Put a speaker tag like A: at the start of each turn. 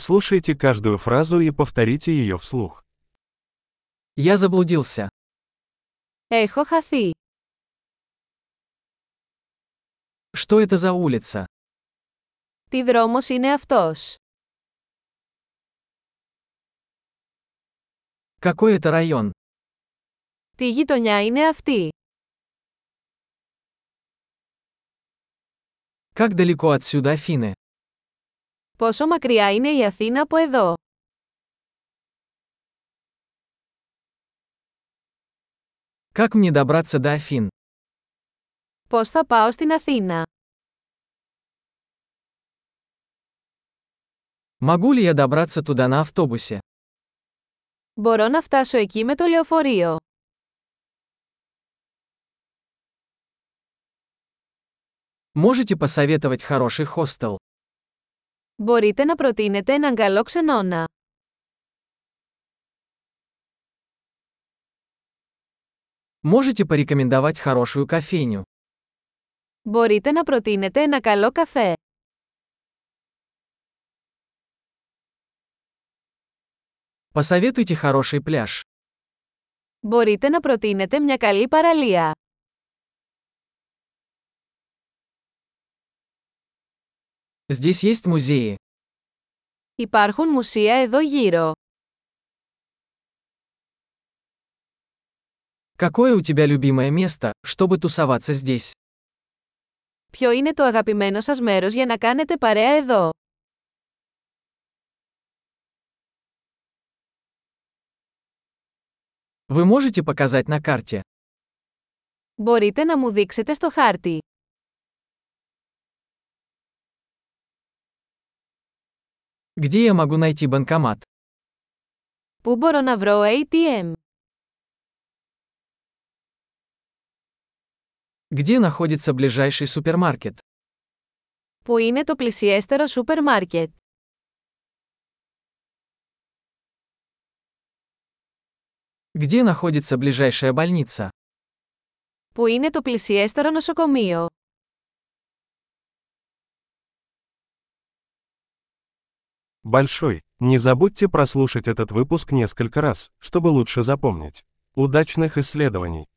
A: Прослушайте каждую фразу и повторите ее вслух.
B: Я заблудился.
C: Έχω χαθεί.
B: Что это за улица?
C: Τι δρόμος είναι αυτός.
B: Какой это район?
C: Τι γειτονιά είναι αυτή.
B: Как далеко отсюда Афины?
C: Πόσο μακριά είναι η Αθήνα από εδώ.
B: Как мне добраться до Афин?
C: Πώς θα πάω στην Αθήνα.
B: Могу ли я добраться туда на автобусе?
C: Μπορώ να φτάσω εκεί με το λεωφορείο.
B: Можете посоветовать хороший хостел?
C: Μπορείτε να προτείνετε έναν καλό ξενώνα.
B: Можете порекомендовать хорошую кофейню?
C: Μπορείτε να προτείνετε ένα καλό καφέ.
B: Посоветуйте хороший пляж.
C: Μπορείτε να προτείνετε μια καλή παραλία.
B: Здесь есть музеи.
C: Υπάρχουν μουσεία εδώ γύρω.
B: Какое у тебя любимое место, чтобы тусоваться здесь?
C: Ποιο είναι το αγαπημένο σας μέρος για να κάνετε παρέα εδώ.
B: Вы можете показать на карте?
C: Μπορείτε να μου δείξετε στο χάρτη.
B: Где я могу найти банкомат?
C: Πού μπορώ να βρω ATM.
B: Где находится ближайший супермаркет?
C: Πού είναι το πλησιέστερο σούπερ μάρκετ.
B: Где находится ближайшая больница?
C: Πού είναι το πλησιέστερο νοσοκομείο.
A: Большой. Не забудьте прослушать этот выпуск несколько раз, чтобы лучше запомнить. Удачных исследований!